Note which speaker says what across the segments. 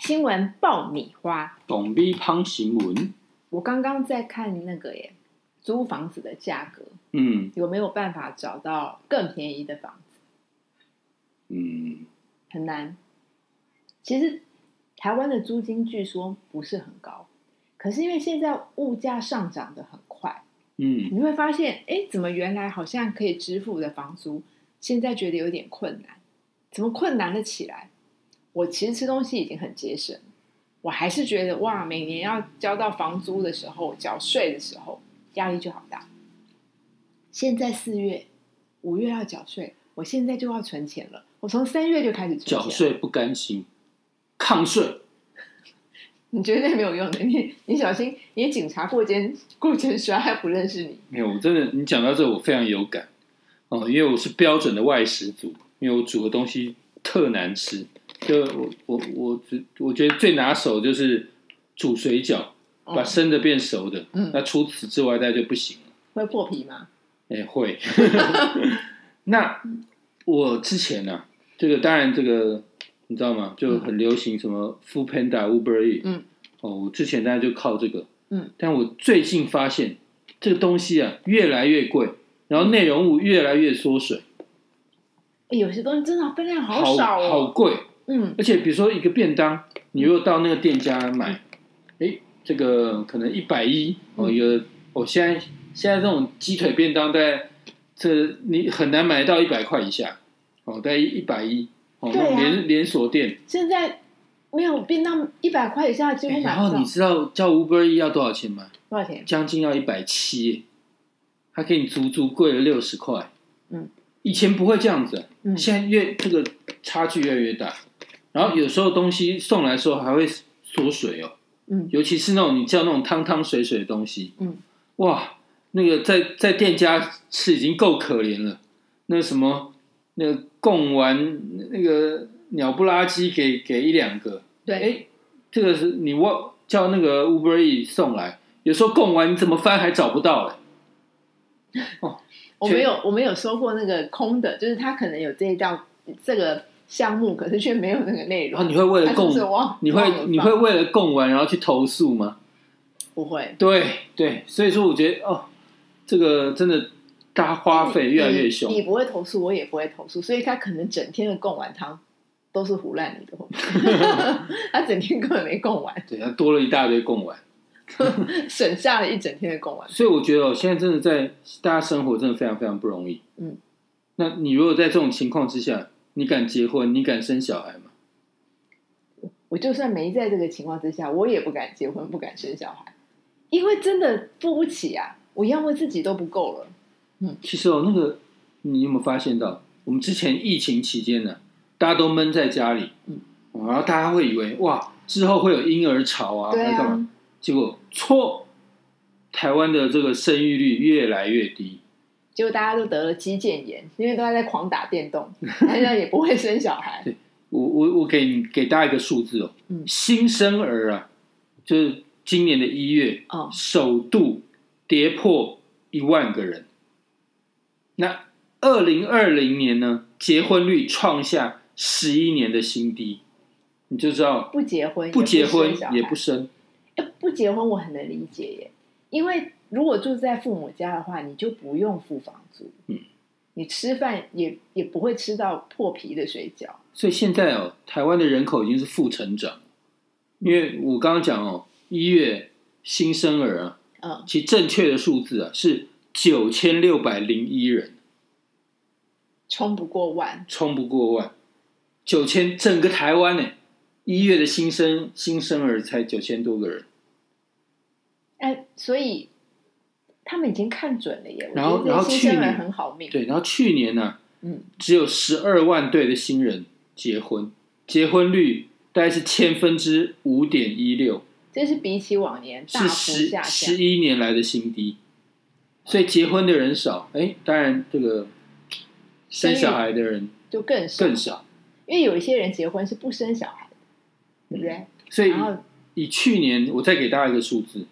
Speaker 1: 新闻爆米花，
Speaker 2: 董逼胖新闻，
Speaker 1: 我刚刚在看那个耶，租房子的价格
Speaker 2: 嗯
Speaker 1: 有没有办法找到更便宜的房子？
Speaker 2: 嗯，
Speaker 1: 很难。其实台湾的租金据说不是很高，可是因为现在物价上涨的很快，
Speaker 2: 嗯，
Speaker 1: 你会发现，哎，怎么原来好像可以支付的房租，现在觉得有点困难，怎么困难了起来？我其实吃东西已经很节省了，我还是觉得哇，每年要交到房租的时候，缴税的时候，压力就好大。现在四月、五月要缴税，我现在就要存钱了。我从三月就开始存钱了
Speaker 2: 缴税不甘心，抗税，
Speaker 1: 你绝对没有用的。你你小心，你警察过肩过肩摔，还不认识你。
Speaker 2: 没有，我真的，你讲到这我非常有感哦，因为我是标准的外食族，因为我煮的东西特难吃，就我我我只我觉得最拿手就是煮水饺，把
Speaker 1: 嗯
Speaker 2: 生的变熟的，
Speaker 1: 嗯
Speaker 2: 那除此之外大家就不行了。
Speaker 1: 会破皮吗？
Speaker 2: 哎、会。 那我之前呢、这个当然这个你知道吗？就很流行什么 Food Panda、Uber E。
Speaker 1: 嗯。
Speaker 2: 哦，我之前大家就靠这个。
Speaker 1: 嗯。
Speaker 2: 但我最近发现这个东西啊越来越贵，然后内容物越来越缩水，
Speaker 1: 哎有些东西真的分量
Speaker 2: 好
Speaker 1: 少
Speaker 2: 好
Speaker 1: 哦。
Speaker 2: 贵。
Speaker 1: 嗯
Speaker 2: 而且比如说一个便当，你如果到那个店家买，哎，这个可能一百一哦，
Speaker 1: 嗯
Speaker 2: 一个哦，现在现在这种鸡腿便当在这你很难买到一百块以下哦，在一百一哦，
Speaker 1: 对
Speaker 2: 那
Speaker 1: 啊
Speaker 2: 种连连锁店，
Speaker 1: 现在没有便当一百块以下几乎
Speaker 2: 诶
Speaker 1: 买
Speaker 2: 哎然
Speaker 1: 不
Speaker 2: 后
Speaker 1: 到
Speaker 2: 你。知道叫 Uber E 要多少钱吗？
Speaker 1: 多少钱？
Speaker 2: 将近要一百七，它给你足足贵了六十块。
Speaker 1: 嗯，
Speaker 2: 以前不会这样子、
Speaker 1: 嗯
Speaker 2: 现在越这个差距越来越大，然后有时候东西送来的时候还会缩水哦，
Speaker 1: 嗯
Speaker 2: 尤其是那种你叫那种汤汤水水的东西，
Speaker 1: 嗯，
Speaker 2: 哇，那个在在店家吃已经够可怜了，那什么那个贡丸那个鸟不拉几给给一两个，
Speaker 1: 对，
Speaker 2: 哎，这个是你忘叫那个 Uber E 送来，有时候贡丸你怎么翻还找不到嘞，
Speaker 1: 我没有我没有收过那个空的，就是他可能有这一道这个项目，可是却没有那个内
Speaker 2: 然
Speaker 1: 容。
Speaker 2: 后哦你会为了
Speaker 1: 他是不
Speaker 2: 贡
Speaker 1: 是，忘
Speaker 2: 你
Speaker 1: 忘了
Speaker 2: 会
Speaker 1: 放
Speaker 2: 你会为了贡丸然后去投诉吗？
Speaker 1: 不会？
Speaker 2: 对对，所以说我觉得哦，这个真的大家花费越来越凶
Speaker 1: 你。你不会投诉，我也不会投诉，所以他可能整天的供完汤都是胡乱你 的，他整天根本没供完，
Speaker 2: 对，它多了一大堆贡丸，
Speaker 1: 省下了一整天的供完。
Speaker 2: 所以我觉得哦，现在真的在大家生活真的非常非常不容易。
Speaker 1: 嗯，
Speaker 2: 那你如果在这种情况之下，你敢结婚，你敢生小孩吗？
Speaker 1: 我就算没在这个情况之下，我也不敢结婚，不敢生小孩，因为真的付不起啊！我要么自己都不够了，
Speaker 2: 其实哦，那个你有没有发现到，我们之前疫情期间呢、大家都闷在家里，
Speaker 1: 嗯
Speaker 2: 哦，然后大家会以为哇，之后会有婴儿潮啊，
Speaker 1: 对
Speaker 2: 还干嘛？
Speaker 1: 啊，
Speaker 2: 结果错，台湾的这个生育率越来越低。
Speaker 1: 结果大家都得了肌腱炎，因为大家在狂打电 动，大家也不会生小孩。
Speaker 2: 我我我给你给大家一个数字哦，
Speaker 1: 嗯
Speaker 2: 新生儿啊，就是今年的一月，
Speaker 1: 哦，
Speaker 2: 首度跌破一万个人。那二零二零年呢，结婚率创下十一年的新低，你就知道
Speaker 1: 不结婚，
Speaker 2: 不结婚
Speaker 1: 生小孩
Speaker 2: 也不生，
Speaker 1: 哎不结婚我很能理解耶，因为如果住在父母家的话，你就不用付房租，
Speaker 2: 嗯，
Speaker 1: 你吃饭也也不会吃到破皮的水饺，
Speaker 2: 所以现在哦，台湾的人口已经是负成长，因为我刚刚讲哦，一月新生儿啊，
Speaker 1: 嗯，
Speaker 2: 其实正确的数字啊是九千六百零一人。
Speaker 1: 冲不过万，
Speaker 2: 冲不过万，九千整个台湾呢、一月的新生新生儿才九千多个人，
Speaker 1: 哎，所以他们已经看准了耶。
Speaker 2: 然后
Speaker 1: 我觉得
Speaker 2: 然
Speaker 1: 这
Speaker 2: 后
Speaker 1: 些新
Speaker 2: 去
Speaker 1: 生儿
Speaker 2: 年
Speaker 1: 很好命，
Speaker 2: 对，然后去年呢、
Speaker 1: 嗯，
Speaker 2: 只有十二万对的新人结婚，结婚率大概是千分之五点一六，
Speaker 1: 这是比起往年大
Speaker 2: 是
Speaker 1: 幅
Speaker 2: 十
Speaker 1: 下降
Speaker 2: 十。一年来的新低，所以结婚的人少，哎，当然这个生
Speaker 1: 生育
Speaker 2: 小孩的人
Speaker 1: 就更少，
Speaker 2: 更少，
Speaker 1: 因为有一些人结婚是不生小孩的，对不对？
Speaker 2: 所以
Speaker 1: 然后
Speaker 2: 以去年我再给大家一个数字，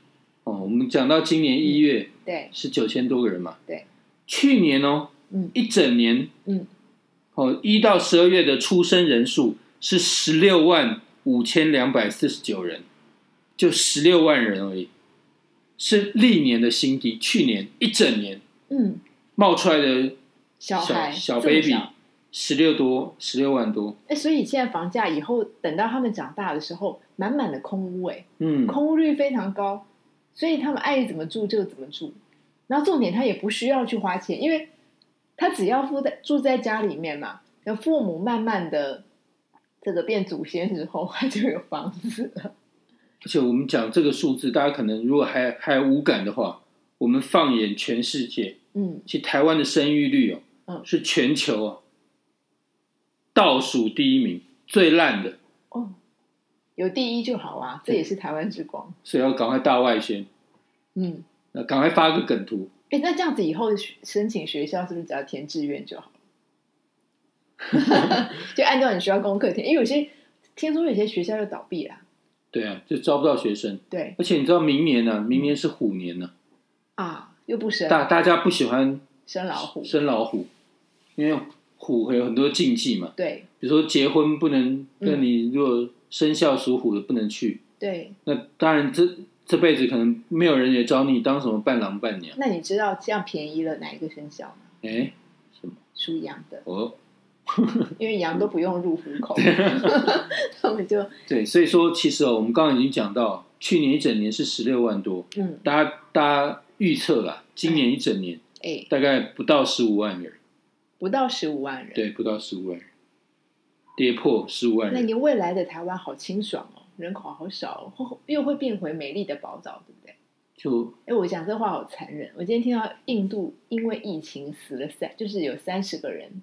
Speaker 2: 哦，我们讲到今年一
Speaker 1: 嗯
Speaker 2: 月。
Speaker 1: 对，
Speaker 2: 是九千多个人嘛？
Speaker 1: 对，
Speaker 2: 去年哦，
Speaker 1: 嗯
Speaker 2: 一整年，
Speaker 1: 嗯，
Speaker 2: 哦，一到十二月的出生人数是十六万五千两百四十九人，就十六万人而已，是历年的新低。去年一整年
Speaker 1: 嗯，
Speaker 2: 冒出来的
Speaker 1: 小孩
Speaker 2: 小
Speaker 1: 这么
Speaker 2: baby 十六多，十六万多，
Speaker 1: 哎、所以现在房价以后等到他们长大的时候，满满的空屋、哎，
Speaker 2: 嗯，
Speaker 1: 空屋率非常高，所以他们爱怎么住就怎么住。然后重点，他也不需要去花钱，因为他只要付在住在家里面嘛。等父母慢慢的这个变祖先之后，他就有房子了。
Speaker 2: 而且我们讲这个数字，大家可能如果还还无感的话，我们放眼全世界，
Speaker 1: 嗯，
Speaker 2: 其实台湾的生育率哦，
Speaker 1: 嗯
Speaker 2: 是全球啊倒数第一名，最烂的，
Speaker 1: 哦，有第一就好啊，这也是台湾之光。
Speaker 2: 所以要赶快大外宣，
Speaker 1: 嗯，
Speaker 2: 那赶快发个梗图，
Speaker 1: 哎、那这样子以后学申请学校是不是只要填志愿就好 了？就按照你学校功课填，因为有些听说有些学校就倒闭啦。
Speaker 2: 对啊，就招不到学生。
Speaker 1: 对
Speaker 2: 而且你知道明年呢、明年是虎年呢、
Speaker 1: 啊，又不生
Speaker 2: 大大家不喜欢
Speaker 1: 生老虎，
Speaker 2: 生老虎，因为虎会有很多禁忌嘛，
Speaker 1: 对
Speaker 2: 比如说结婚不能，那
Speaker 1: 嗯
Speaker 2: 你如果生肖属虎的不能去。
Speaker 1: 对。
Speaker 2: 那当然这，这辈子可能没有人也找你当什么伴郎伴娘。
Speaker 1: 那你知道这样便宜了哪一个生肖吗？
Speaker 2: 哎，
Speaker 1: 属羊的，
Speaker 2: 哦，
Speaker 1: 因为羊都不用入虎口， 他们就
Speaker 2: 对，所以说其实哦，我们刚刚已经讲到，去年一整年是十六万多，
Speaker 1: 嗯
Speaker 2: 大家大家预测啦，今年一整年
Speaker 1: 哎、
Speaker 2: 大概不到十五万人，
Speaker 1: 不到十五万人。
Speaker 2: 对，不到十五万人，跌破十五万
Speaker 1: 那
Speaker 2: 人。
Speaker 1: 你未来的台湾好清爽哦，人口好少、哦，会又会变回美丽的宝岛，对不对？
Speaker 2: 就
Speaker 1: 哎，我讲这话好残忍。我今天听到印度因为疫情死了三，就是有三十个人，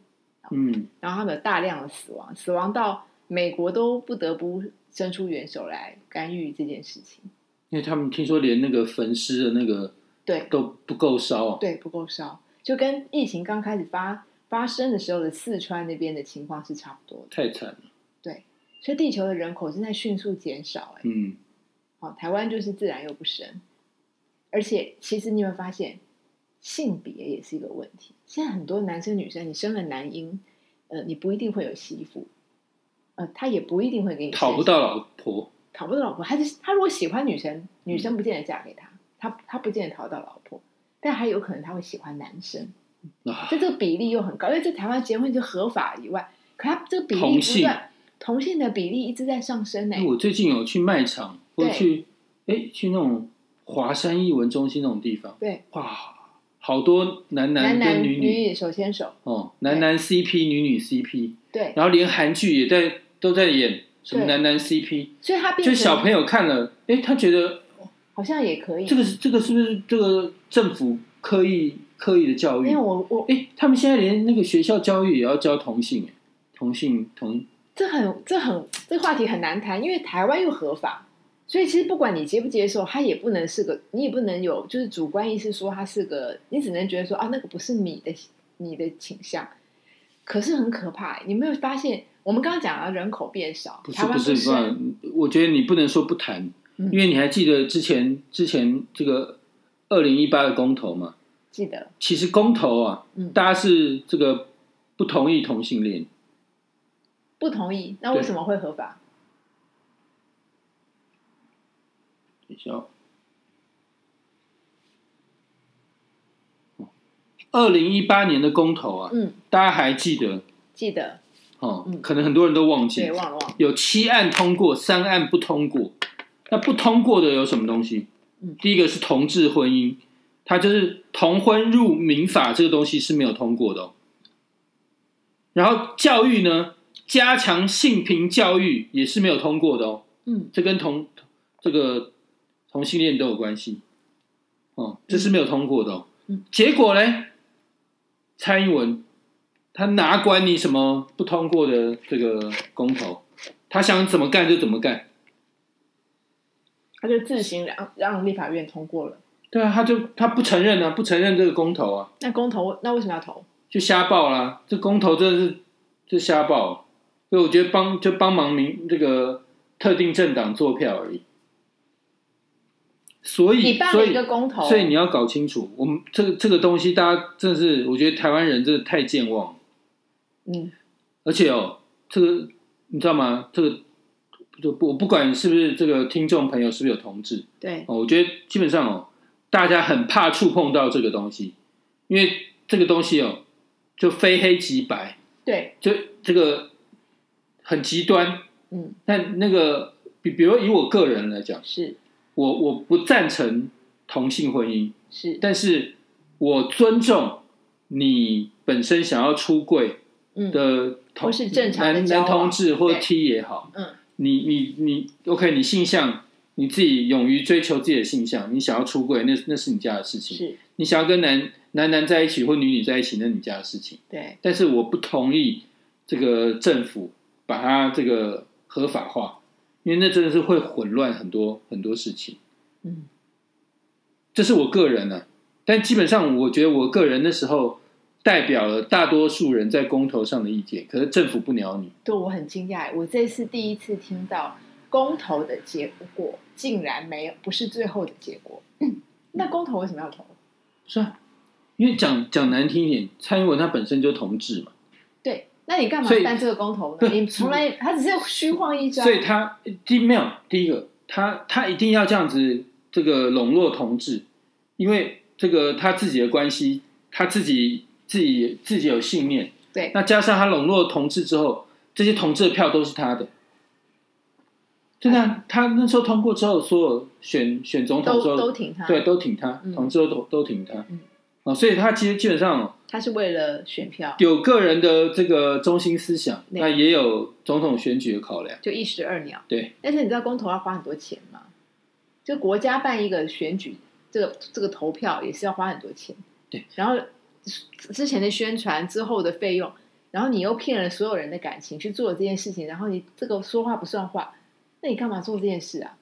Speaker 2: 嗯，
Speaker 1: 然后他们有大量的死亡，死亡到美国都不得不伸出援手来干预这件事情。
Speaker 2: 因为他们听说连那个焚尸的那个
Speaker 1: 对
Speaker 2: 都不够烧哦，
Speaker 1: 对，不够烧，就跟疫情刚开始发发生的时候的四川那边的情况是差不多的。
Speaker 2: 太惨了。
Speaker 1: 所以地球的人口正在迅速减少、哎，
Speaker 2: 嗯，
Speaker 1: 好，台湾就是自然又不生，而且其实你有没有发现，性别也是一个问题。现在很多男生女生，你生了男婴，呃，你不一定会有媳妇，呃，他也不一定会给你
Speaker 2: 讨不
Speaker 1: 生
Speaker 2: 到老婆，
Speaker 1: 讨不到老婆，他就是他如果喜欢女生，女生
Speaker 2: 嗯
Speaker 1: 不见得嫁给他，他他不见得讨得到老婆，但还有可能他会喜欢男生，
Speaker 2: 啊，
Speaker 1: 但这个比例又很高，因为在台湾结婚就合法以外，可他这个比例
Speaker 2: 同
Speaker 1: 不
Speaker 2: 性
Speaker 1: 断，同性的比例一直在上升呢、欸
Speaker 2: 因为我最近有去卖场，或者
Speaker 1: 对
Speaker 2: 去哎去那种华山艺文中心那种地方，
Speaker 1: 对，
Speaker 2: 哇，好多男
Speaker 1: 男男
Speaker 2: 跟
Speaker 1: 女
Speaker 2: 女，
Speaker 1: 女手牵手，
Speaker 2: 哦，男男 CP 女女 CP，
Speaker 1: 对，
Speaker 2: 然后连韩剧也在都在演什么
Speaker 1: 对
Speaker 2: 男男 CP，
Speaker 1: 所以他变
Speaker 2: 就
Speaker 1: 成
Speaker 2: 小朋友看了，哎，他觉得
Speaker 1: 好像也可以。
Speaker 2: 这个是这个是不是这个政府刻意刻意的教
Speaker 1: 因
Speaker 2: 育
Speaker 1: 为？我我
Speaker 2: 哎，他们现在连那个学校教育也要教同性，诶同性同
Speaker 1: 这很这很这话题很难谈，因为台湾又合法，所以其实不管你接不接受，它也不能是个，你也不能有就是主观意识说它是个，你只能觉得说啊那个不是你的你的倾向，可是很可怕。欸你没有发现我们刚刚讲了人口变少，
Speaker 2: 不是
Speaker 1: 台湾
Speaker 2: 不是不
Speaker 1: 生，
Speaker 2: 然，我觉得你不能说不谈，
Speaker 1: 嗯
Speaker 2: 因为你还记得之前之前这个二零一八的公投嘛？
Speaker 1: 记得
Speaker 2: 其实公投啊，
Speaker 1: 嗯
Speaker 2: 大家是这个不同意同性恋，
Speaker 1: 不同意，那为什么会合法？
Speaker 2: 等一下哦。二零一八年的公投啊，
Speaker 1: 嗯，
Speaker 2: 大家还记得
Speaker 1: 记得，
Speaker 2: 哦、
Speaker 1: 嗯
Speaker 2: 可能很多人都忘记
Speaker 1: 对，，忘了忘了，
Speaker 2: 有七案通过，三案不通过。那不通过的有什么东西
Speaker 1: 嗯？
Speaker 2: 第一个是同志婚姻，它就是同婚入民法这个东西是没有通过的、哦。然后教育呢，加强性平教育也是没有通过的哦，
Speaker 1: 嗯
Speaker 2: 这跟同这个同性恋都有关系。哦，这是没有通过的、哦。
Speaker 1: 嗯
Speaker 2: 结果呢，蔡英文他哪管你什么不通过的这个公投，他想怎么干就怎么干。
Speaker 1: 他就自行让让立法院通过了。
Speaker 2: 对啊，他就他不承认啊，不承认这个公投啊，
Speaker 1: 那公投那为什么要投？
Speaker 2: 就瞎报啦、这公投真的是就瞎报，所以我觉得帮就帮忙民这个特定政党做票而已。所
Speaker 1: 你
Speaker 2: 以，
Speaker 1: 办
Speaker 2: 所
Speaker 1: 了
Speaker 2: 以
Speaker 1: 一个公投，
Speaker 2: 所以你要搞清楚，我们这个这个东西，大家真的是，我觉得台湾人真的太健忘了，
Speaker 1: 嗯
Speaker 2: 而且哦，这个你知道吗？这个就不我不管是不是这个听众朋友是不是有同志
Speaker 1: 对，
Speaker 2: 哦，我觉得基本上哦，大家很怕触碰到这个东西，因为这个东西哦，就非黑即白，
Speaker 1: 对，
Speaker 2: 就这个很极端。
Speaker 1: 嗯，
Speaker 2: 那那个比比如以我个人来讲，
Speaker 1: 是
Speaker 2: 我我不赞成同性婚姻，
Speaker 1: 是，
Speaker 2: 但是我尊重你本身想要出柜
Speaker 1: 嗯，
Speaker 2: 的同
Speaker 1: 或是正常的
Speaker 2: 男
Speaker 1: 交
Speaker 2: 男
Speaker 1: 往
Speaker 2: 同志或
Speaker 1: 对
Speaker 2: T 也好，
Speaker 1: 嗯，
Speaker 2: 你你你 OK，你性向你自己勇于追求自己的性向，你想要出柜，那那是你家的事情；
Speaker 1: 是，
Speaker 2: 你想要跟男男男在一起或女女在一起，那是你家的事情。
Speaker 1: 对，
Speaker 2: 但是我不同意这个政府把它这个合法化，因为那真的是会混乱很多很多事情。
Speaker 1: 嗯，
Speaker 2: 这是我个人呢、但基本上我觉得我个人那时候代表了大多数人在公投上的意见，可是政府不鸟你。
Speaker 1: 对我很惊讶，我这次第一次听到公投的结果竟然没有，不是最后的结果。那公投为什么要投？
Speaker 2: 是啊，因为讲讲难听一点，蔡英文他本身就同志嘛，
Speaker 1: 对，那你干嘛
Speaker 2: 所以
Speaker 1: 办这个公投呢？
Speaker 2: 对
Speaker 1: 你从来他只是啊虚晃一招，
Speaker 2: 所以他第没有第一个，他他一定要这样子这个笼络同志，因为这个他自己的关系，他自己自己自己有信念，
Speaker 1: 对
Speaker 2: 那加上他笼络同志之后，这些同志的票都是他的。真的啊，他那时候通过之后，所有选选总统
Speaker 1: 嗯都
Speaker 2: 之后，
Speaker 1: 都挺他，
Speaker 2: 对，都挺他，
Speaker 1: 嗯
Speaker 2: 同志都都挺他，
Speaker 1: 嗯
Speaker 2: 哦，所以他其实基本上
Speaker 1: 他是为了选票，
Speaker 2: 有个人的这个中心思想，
Speaker 1: 对
Speaker 2: 那也有总统选举的考量，
Speaker 1: 就一石二鸟。
Speaker 2: 对，
Speaker 1: 但是你知道公投要花很多钱吗？就国家办一个选举，这个这个投票也是要花很多钱。
Speaker 2: 对，
Speaker 1: 然后之之前的宣传之后的费用，然后你又骗了所有人的感情去做了这件事情，然后你这个说话不算话，那你干嘛做这件事啊？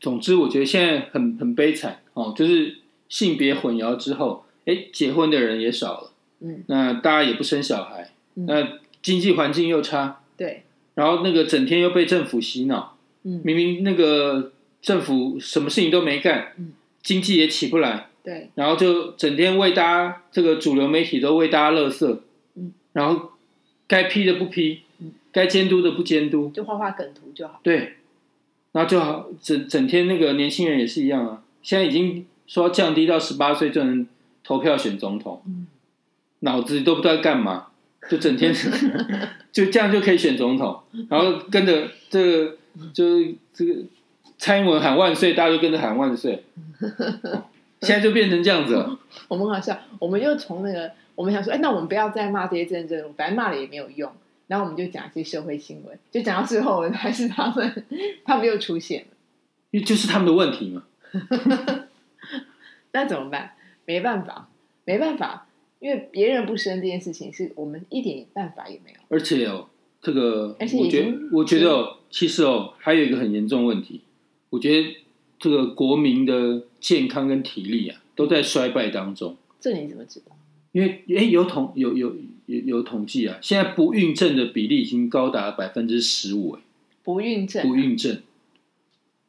Speaker 2: 总之，我觉得现在很很悲惨哦，就是性别混淆之后，哎，结婚的人也少了，
Speaker 1: 嗯，
Speaker 2: 那大家也不生小孩，
Speaker 1: 嗯
Speaker 2: 那经济环境又差，
Speaker 1: 对，
Speaker 2: 然后那个整天又被政府洗脑，
Speaker 1: 嗯，
Speaker 2: 明明那个政府什么事情都没干
Speaker 1: 嗯，
Speaker 2: 经济也起不来，
Speaker 1: 对，
Speaker 2: 然后就整天为大家这个主流媒体都为大家乐色，
Speaker 1: 嗯，
Speaker 2: 然后该批的不批
Speaker 1: 嗯，
Speaker 2: 该监督的不监督，
Speaker 1: 就画画梗图就好。
Speaker 2: 对，然后就好整整天那个年轻人也是一样啊，现在已经说要降低到十八岁就能投票选总统，
Speaker 1: 嗯，
Speaker 2: 脑子都不知道干嘛，就整天就这样就可以选总统，然后跟着这个就是这个蔡英文喊万岁，大家就跟着喊万岁，现在就变成这样子了。
Speaker 1: 我们好像我们又从那个，我们想说，哎，那我们不要再骂这些政治人物，反正骂了也没有用。然后我们就讲一些社会新闻，就讲到最后还是他们， 他们又出现了，
Speaker 2: 因为就是他们的问题嘛。
Speaker 1: 那怎么办？没办法，没办法，因为别人不生这件事情，是我们一点办法也没有。
Speaker 2: 而且哦，这个
Speaker 1: 而且
Speaker 2: 我
Speaker 1: 已
Speaker 2: 觉
Speaker 1: 经
Speaker 2: 我觉得哦，其实哦，还有一个很严重的问题，我觉得这个国民的健康跟体力啊，都在衰败当中。
Speaker 1: 这你怎么知道？
Speaker 2: 因为诶，有统有有有有统计啊，现在不孕症的比例已经高达百分之十五，
Speaker 1: 不孕
Speaker 2: 不
Speaker 1: 症，
Speaker 2: 孕症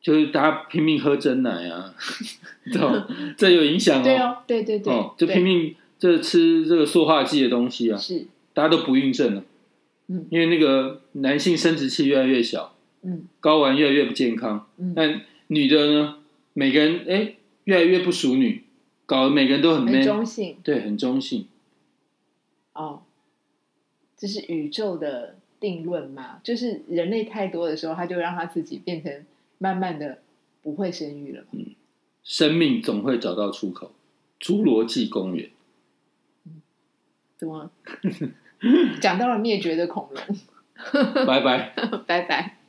Speaker 2: 就是大家拼命喝真 奶啊，知道吗这有影响哦，
Speaker 1: 对哦，对对对，
Speaker 2: 哦，就拼命这吃这个塑化剂的东西啊
Speaker 1: 对，是，
Speaker 2: 大家都不孕症了。
Speaker 1: 嗯
Speaker 2: 因为那个男性生殖器越来越小，
Speaker 1: 嗯
Speaker 2: 睾丸越来越不健康。
Speaker 1: 嗯，
Speaker 2: 那女的呢，每个人哎、越来越不淑女，搞得每个人都很
Speaker 1: 很
Speaker 2: man，
Speaker 1: 中性
Speaker 2: 对，很中性。
Speaker 1: 哦，这是宇宙的定论嘛？就是人类太多的时候，他就让他自己变成慢慢的不会生育了嘛。
Speaker 2: 生命总会找到出口。侏罗纪公园，
Speaker 1: 怎么讲到了灭绝的恐龙？
Speaker 2: 拜拜。
Speaker 1: 拜拜。